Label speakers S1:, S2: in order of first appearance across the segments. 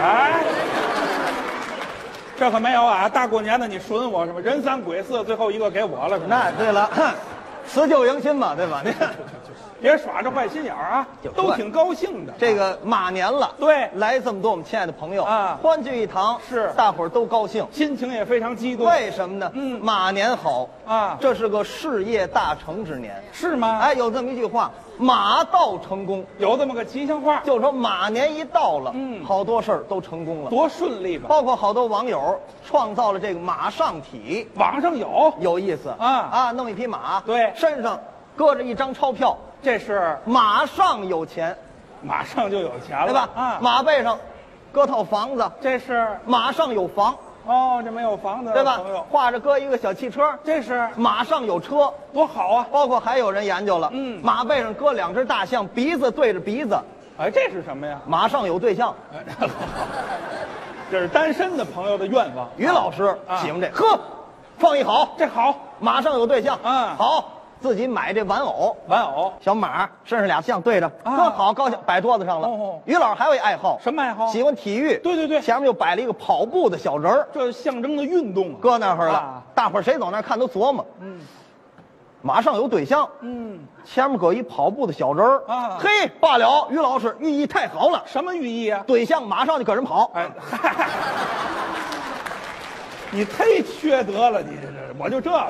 S1: 啊这可没有啊！大过年的你损我什么？人三鬼四，最后一个给我了是吧？
S2: 那对了， 哼辞旧迎新嘛，对吧？那
S1: 别耍这坏心眼儿啊
S2: 就！
S1: 都挺高兴的。
S2: 这个马年了，
S1: 对
S2: 来这么多我们亲爱的朋友
S1: 啊
S2: 欢聚一堂，
S1: 是
S2: 大伙儿都高兴。
S1: 心情也非常激动，
S2: 为什么呢？
S1: 嗯
S2: 马年好
S1: 啊
S2: 这是个事业大成之年。
S1: 是吗？
S2: 哎，有这么一句话，马到成功，
S1: 有这么个吉祥话，
S2: 就说马年一到了，
S1: 嗯
S2: 好多事儿都成功了，
S1: 多顺利吧？
S2: 包括好多网友创造了这个马上体，
S1: 网上有，
S2: 有意思
S1: 啊
S2: 啊，弄一匹马，
S1: 对
S2: 身上搁着一张钞票，
S1: 这是
S2: 马上有钱，
S1: 马上就有钱了，
S2: 对吧？
S1: 啊，
S2: 马背上搁套房子，
S1: 这是
S2: 马上有房，
S1: 哦，这没有房子的
S2: 对吧
S1: 朋友？，
S2: 画着搁一个小汽车，
S1: 这是
S2: 马上有车，
S1: 多好啊！
S2: 包括还有人研究了，
S1: 嗯
S2: 马背上搁两只大象，鼻子对着鼻子，
S1: 哎，这是什么呀？
S2: 马上有对象。
S1: 哎这是单身的朋友的愿望。
S2: 于老师
S1: 啊
S2: 喜欢这，呵，放一好，
S1: 这好，
S2: 马上有对象，
S1: 嗯
S2: 好，自己买这玩偶。
S1: 玩偶
S2: 小马身上俩象对着，
S1: 啊
S2: 呵，好高兴，摆桌子上了
S1: 哦哦。
S2: 于老师还有一爱好，
S1: 什么爱好
S2: 喜欢体育。
S1: 对对对
S2: 前面又摆了一个跑步的小人儿，
S1: 这象征的运动啊，
S2: 搁那儿了
S1: 啊。
S2: 大伙儿谁走那儿看都琢磨，
S1: 嗯
S2: 马上有对象，
S1: 嗯，
S2: 前面搁一跑步的小人儿
S1: 啊
S2: 嘿，罢了，于老师寓意太好了，
S1: 什么寓意啊？
S2: 对象马上就跟人跑，
S1: 哎， 嗨，你忒缺德了，你这这，我就这个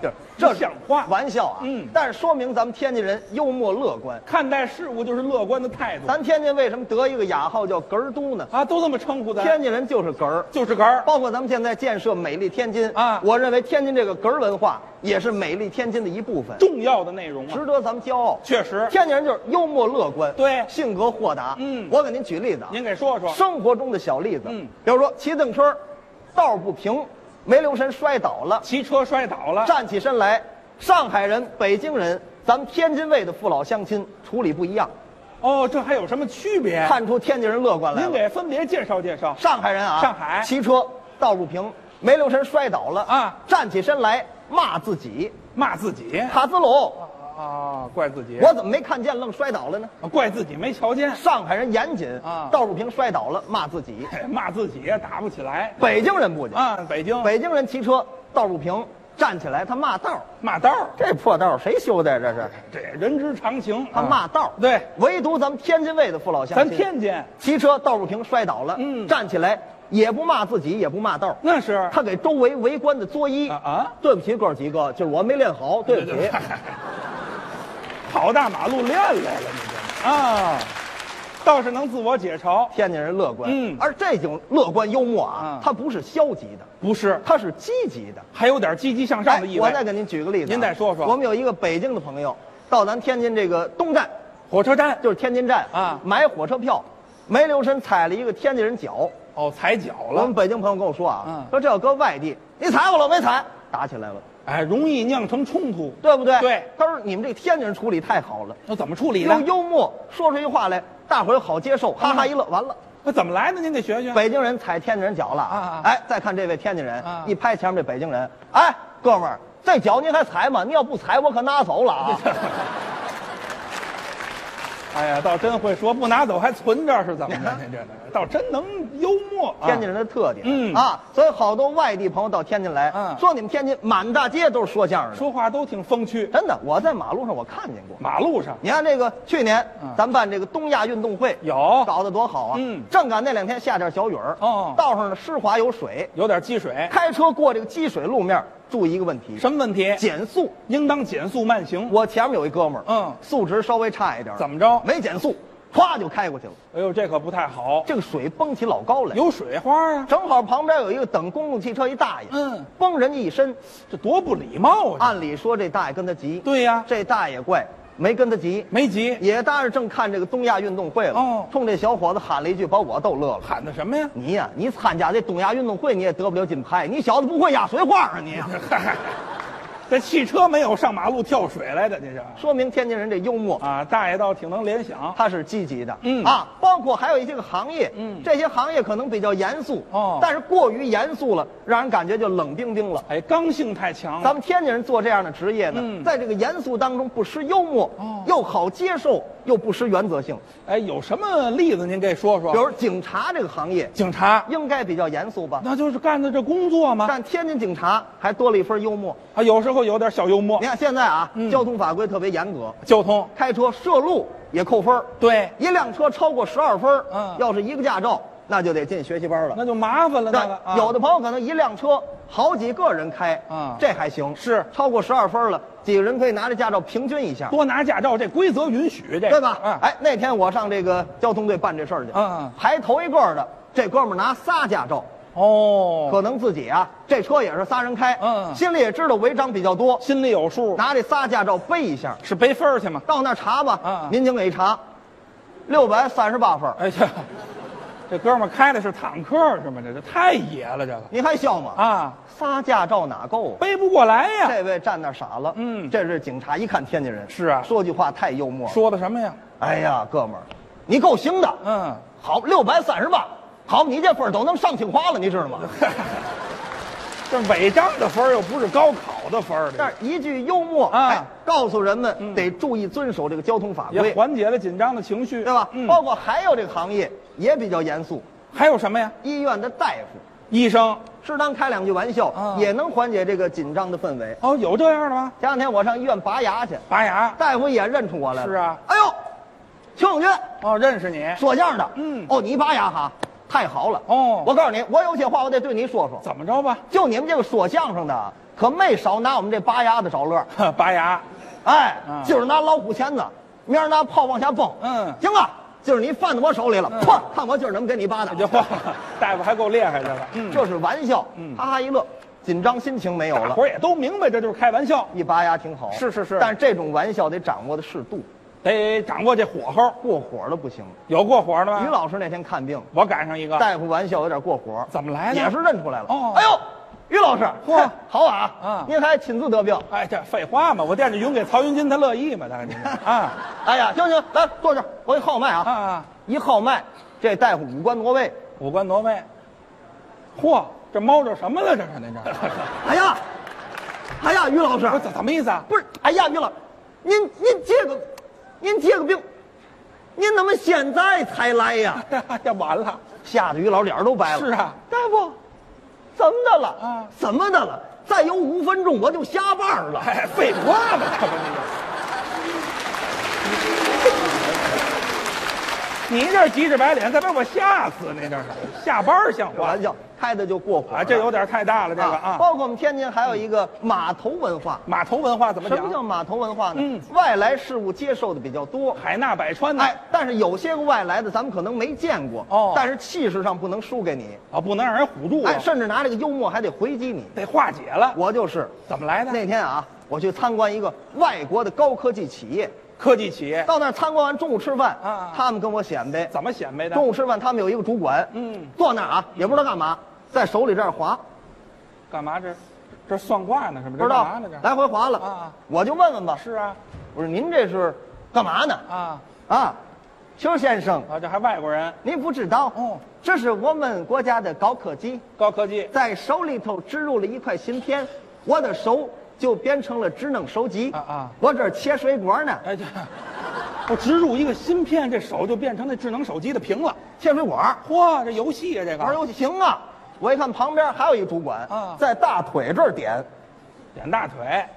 S1: 这个，
S2: 这
S1: 不像话。
S2: 玩笑啊。
S1: 嗯
S2: 但是说明咱们天津人幽默乐观。
S1: 看待事物就是乐观的态度
S2: 咱天津为什么得一个雅号叫“哏儿都”呢？
S1: 啊，都这么称呼咱，
S2: 天津人就是哏儿，
S1: 就是杆儿。
S2: 包括咱们现在建设美丽天津
S1: 啊
S2: 我认为天津这个哏儿文化也是美丽天津的一部分，
S1: 重要的内容啊
S2: 值，得咱们骄傲。
S1: 确实。
S2: 天津人就是幽默乐观，
S1: 对
S2: 性格豁达。
S1: 嗯
S2: 我给您举例子啊，
S1: 您给说说，
S2: 生活中的小例子，
S1: 嗯
S2: 比如说骑自行车，道儿不平，没留神摔倒 了，
S1: 骑车摔倒了，
S2: 站起身来，上海人、北京人，咱们天津卫的父老乡亲处理不一样，
S1: 哦，这还有什么区别？
S2: 看出天津人乐观来
S1: 哎您
S2: 了。
S1: 给分别介绍介绍。
S2: 上海人啊，
S1: 上海
S2: 骑车道儿不平，没留神摔倒了
S1: 啊，
S2: 站起身来骂自己，
S1: 骂自己
S2: 卡子鲁，
S1: 啊，怪自己，啊
S2: 我怎么没看见，愣摔倒了呢？
S1: 怪自己没瞧见，
S2: 上海人严谨
S1: 啊
S2: 道儿不平摔倒了骂自己，
S1: 哎骂自己打不起来
S2: 北京人不行，
S1: 啊。北京
S2: 北京人骑车道儿不平，站起来他骂道儿。
S1: 骂道儿，
S2: 这破道儿谁修的呀？这是
S1: 这人之常情。
S2: 他骂道儿、
S1: 啊对，
S2: 唯独咱们天津卫的父老乡
S1: 咱
S2: 亲，
S1: 天津
S2: 骑车道不平摔倒了，
S1: 嗯
S2: 站起来也不骂自己，也不骂道儿，
S1: 那是
S2: 他给周围围观的作揖
S1: 啊啊，
S2: 对不起，哥儿几个，就是我没练好，对不 起。
S1: 跑大马路练来了，你这啊，倒是能自我解嘲，
S2: 天津人乐观，
S1: 嗯
S2: 而这种乐观幽默啊
S1: 嗯，
S2: 它不是消极的，
S1: 不是，
S2: 它是积极的。
S1: 还有点积极向上的意
S2: 我再
S1: 味。
S2: 给您举个例子啊，
S1: 您再说说
S2: 我们有一个北京的朋友到咱天津这个东站，
S1: 火车站
S2: 就是天津站
S1: 啊
S2: 买火车票，没留神踩了一个天津人脚。
S1: 哦，踩脚
S2: 我们
S1: 了，
S2: 北京朋友跟我说啊，
S1: 嗯
S2: 说这要搁外地，你踩我了没踩？打起来了，
S1: 哎，容易酿成冲突。
S2: 对不对？
S1: 对。
S2: 他说你们这天津人处理太好了，
S1: 那怎么处理
S2: 又
S1: 呢？嗯
S2: 幽默，说出一句话来，大伙儿好接受，哈哈一乐。完了，
S1: 那怎么来的？您给学学。
S2: 北京人踩天津人脚了
S1: 啊啊
S2: 哎，再看这位天津人
S1: 啊，
S2: 一拍前面这北京人，哎，哥们儿，这脚您还踩吗？你要不踩，我可拿走了 啊！
S1: 哎呀，倒真会说，不拿走还存着是怎么 着？您这倒真能幽默。啊
S2: 天津人的特点，
S1: 嗯
S2: 啊，所以好多外地朋友到天津来，
S1: 嗯
S2: 说你们天津满大街都是说相
S1: 啊
S2: 声的，
S1: 说话都挺风趣，
S2: 真的，我在马路上我看见过。
S1: 马路上
S2: 你看这个去年
S1: 嗯
S2: 咱们办这个东亚运动会，
S1: 有
S2: 搞得多好啊！
S1: 嗯
S2: 正赶那两天下点小雨儿，
S1: 哦
S2: 道上呢湿滑有水，
S1: 有点积水，
S2: 开车过这个积水路面，注意一个问题，
S1: 什么问题？
S2: 减速。
S1: 应当减速慢行。
S2: 我前面有一哥们儿，
S1: 嗯
S2: 素质稍微差一点儿，
S1: 怎么着？
S2: 没减速，唰就开过去了，
S1: 哎呦，这可不太好，
S2: 这个水蹦起老高来，
S1: 有水花啊！
S2: 正好旁边有一个等公共汽车一大爷，
S1: 嗯，
S2: 崩人家一身，
S1: 这多不礼貌啊！
S2: 按理说这大爷跟他急，
S1: 对呀、
S2: 这大爷怪没跟他急，
S1: 没急，
S2: 也当然正看这个东亚运动会了，
S1: 哦
S2: 冲这小伙子喊了一句，把我逗乐了。
S1: 喊的什么呀？
S2: 你呀、你参加这东亚运动会，你也得不了金牌。你小子不会压水花啊你、
S1: 嗨，这汽车没有上马路跳水来的，这是
S2: 说明天津人这幽默，
S1: 啊！大爷倒挺能联想
S2: 他是积极的。
S1: 嗯
S2: 啊，包括还有一些个行业，
S1: 嗯
S2: 这些行业可能比较严肃，
S1: 哦
S2: 但是过于严肃了，让人感觉就冷冰冰了。
S1: 哎，刚性太强
S2: 咱
S1: 了。
S2: 们天津人做这样的职业呢，
S1: 嗯
S2: 在这个严肃当中不失幽默，
S1: 哦
S2: 又好接受，又不失原则性。
S1: 哎，有什么例子您给说说？
S2: 比如警察这个行业，
S1: 警察，
S2: 应该比较严肃吧？
S1: 那就是干的这工作嘛。
S2: 但天津警察还多了一份幽默。
S1: 啊，有时候有点小幽默
S2: 你。看现在啊，
S1: 嗯
S2: 交通法规特别严格，
S1: 交通，
S2: 开车涉路也扣分儿
S1: 对，
S2: 一辆车超过十二分儿
S1: 嗯
S2: 要是一个驾照，那就得进学习班了。
S1: 那就麻烦了。那啊个
S2: 但有的朋友可能一辆车好几个人开，
S1: 啊
S2: 这还行，
S1: 是
S2: 超过十二分了，几个人可以拿着驾照平均一下，
S1: 啊多拿驾照，这规则允许这个，
S2: 对吧？
S1: 啊，
S2: 哎，那天我上这个交通队办这事儿去，
S1: 嗯嗯
S2: 排头一个的这哥们儿拿仨驾照，
S1: 哦，
S2: 可能自己啊这车也是仨人开，
S1: 嗯嗯
S2: 心里也知道违章比较多，
S1: 心里有数，
S2: 拿这仨驾照背一下，
S1: 是背分儿去嘛？
S2: 到那儿查吧，
S1: 嗯嗯
S2: 民警给一查，六百三十八分儿，
S1: 哎呀，这哥们儿开的是坦克是吗？这这太野了，这个
S2: 你还笑吗？
S1: 啊，
S2: 仨驾照哪够啊？
S1: 背不过来呀。
S2: 这位站那儿傻了，
S1: 嗯
S2: 这是警察，一看天津人，
S1: 是啊
S2: 说句话太幽默了。
S1: 说的什么呀？
S2: 哎呀，哥们儿，你够行的，
S1: 嗯，
S2: 好，六百三十八，好，你这分儿都能上清华了，你知道 吗？
S1: 这违章的分儿又不是高考的分儿，这
S2: 但是一句幽默
S1: 啊嗯
S2: 哎，告诉人们得注意遵守这个交通法
S1: 也
S2: 规，
S1: 缓解了紧张的情绪，
S2: 对吧？
S1: 嗯，
S2: 包括还有这个行业也比较严肃，
S1: 还有什么呀？
S2: 医院的大夫
S1: 医生，
S2: 适当开两句玩笑，
S1: 啊
S2: 也能缓解这个紧张的氛围。
S1: 哦，有这样的吗？
S2: 前两天我上医院拔牙去，
S1: 拔牙，
S2: 大夫也认出我来了，
S1: 是啊
S2: 哎呦，邱永军。
S1: 哦，认识你，
S2: 说相声的，
S1: 嗯
S2: 哦，你拔牙哈，太好了，
S1: 哦
S2: 我告诉你，我有些话我得对你说说，
S1: 怎么着吧？
S2: 就你们这个说相声的，可没少拿我们这拔牙的找乐儿，
S1: 呵拔牙，
S2: 哎，
S1: 嗯
S2: 今儿拿老虎钳子，明儿拿炮往下崩，
S1: 嗯
S2: 行啊，今儿你犯到我手里了，
S1: 嗯
S2: 嚯、看我今儿能给你拔的，
S1: 这话大夫还够厉害的了，嗯，
S2: 这是玩笑，
S1: 嗯
S2: 哈哈一乐，紧张心情没有
S1: 大
S2: 了
S1: 伙。儿也都明白，这就是开玩笑，
S2: 一拔牙挺好，
S1: 是是是
S2: 但这种玩笑得掌握的适度，
S1: 得掌握这火候。
S2: 过火了不行。
S1: 有过火的
S2: 于
S1: 吗？
S2: 老师那天看病，
S1: 我赶上一个，
S2: 大夫玩笑有点过火，
S1: 怎么来的？
S2: 也是认出啊来了。
S1: 哦
S2: 哎呦，于老师，
S1: 嚯
S2: 好啊！
S1: 啊
S2: 您还亲自得病。
S1: 哎，这废话嘛，我惦着匀给曹云金，他乐意嘛，大概您这啊
S2: 哎呀，行行，来坐这儿，我给号脉
S1: 啊
S2: 啊！
S1: 啊，
S2: 一号脉，这大夫五官挪位。
S1: 五官挪位。嚯，这猫着什么了？这是您这，
S2: 哎呀，哎呀，于老师
S1: 我，怎怎么意思啊？
S2: 不是，哎呀，于老师，您您这个，您这个病，您怎么现在才来呀？
S1: 这哎完了，
S2: 吓得于老师脸儿都白了。
S1: 是啊，
S2: 大夫，怎么的了？
S1: 啊
S2: 怎么的了？再有五分钟我就下班了。
S1: 哎，废话嘛，这不是你这。你这急着白脸，再把我吓死！你这是下班儿像
S2: 开
S1: 话
S2: 玩笑，开的就过火了
S1: 啊？这有点太大了，这个
S2: 啊，
S1: 啊。
S2: 包括我们天津还有一个码头文化。
S1: 码头文化怎么
S2: 什么
S1: 讲？
S2: 叫码头文化呢？
S1: 嗯
S2: 外来事物接受的比较多。
S1: 海纳百川呢？
S2: 哎，但是有些个外来的咱们可能没见过，
S1: 哦
S2: 但是气势上不能输给你，
S1: 啊，不能让人唬住啊
S2: 哎，，甚至拿这个幽默还得回击你。
S1: 得化解了。
S2: 我就是
S1: 怎么来的？
S2: 那天啊，我去参观一个外国的高科技企业，
S1: 科技企业
S2: 到那儿参观完中午吃饭
S1: 啊啊，
S2: 他们跟我显摆，
S1: 怎么显摆的？
S2: 中午吃饭他们有一个主管，
S1: 嗯
S2: 坐那儿啊也不知道干嘛，在手里这儿划，
S1: 干嘛这？这算卦呢？是不
S2: 不
S1: 是？这
S2: 知
S1: 干
S2: 道
S1: 嘛呢？这
S2: 来回划
S1: 啊
S2: 了
S1: 啊，
S2: 我就问问吧，
S1: 是啊
S2: 我说您这是干嘛呢？
S1: 啊
S2: 啊，邱先生，
S1: 啊！这还外国人，
S2: 您不知道，
S1: 哦
S2: 这是我们国家的高科技，
S1: 高科技
S2: 在手里头植入了一块芯片，我的手就变成了智能手机
S1: 啊啊
S2: 我这儿切水果呢，
S1: 哎，这我植入一个芯片，这手就变成那智能手机的屏了。
S2: 切水果，
S1: 嚯，这游戏呀、这
S2: 玩
S1: 个
S2: 游戏行啊。我一看旁边还有一主管
S1: 啊
S2: 在大腿这儿点，
S1: 点大腿，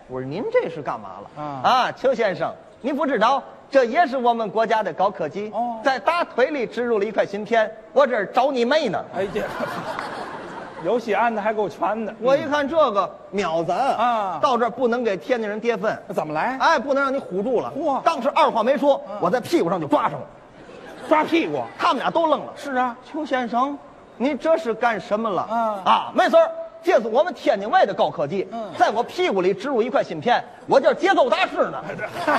S2: 我说您这是干嘛了？
S1: 啊
S2: 啊，邱先生，您不知道，这也是我们国家的高科技，
S1: 哦
S2: 在大腿里植入了一块芯片，我这儿找你妹呢。
S1: 哎这 游戏安的还够全的。嗯
S2: 我一看这个秒咱
S1: 啊
S2: 到这儿不能给天津人跌份，
S1: 怎么来？
S2: 哎，不能让你唬住了。
S1: 嚯嗯
S2: 当时二话没说，我在屁股上就抓上了，
S1: 抓屁股？
S2: 他们俩都愣了。
S1: 是啊，
S2: 邱先生，你这是干什么了？
S1: 啊
S2: 啊，没事儿，这是我们天津卫的高科技，
S1: 嗯
S2: 在我屁股里植入一
S1: 哎
S2: 块芯片，我叫结构大师呢。
S1: 哎这嗨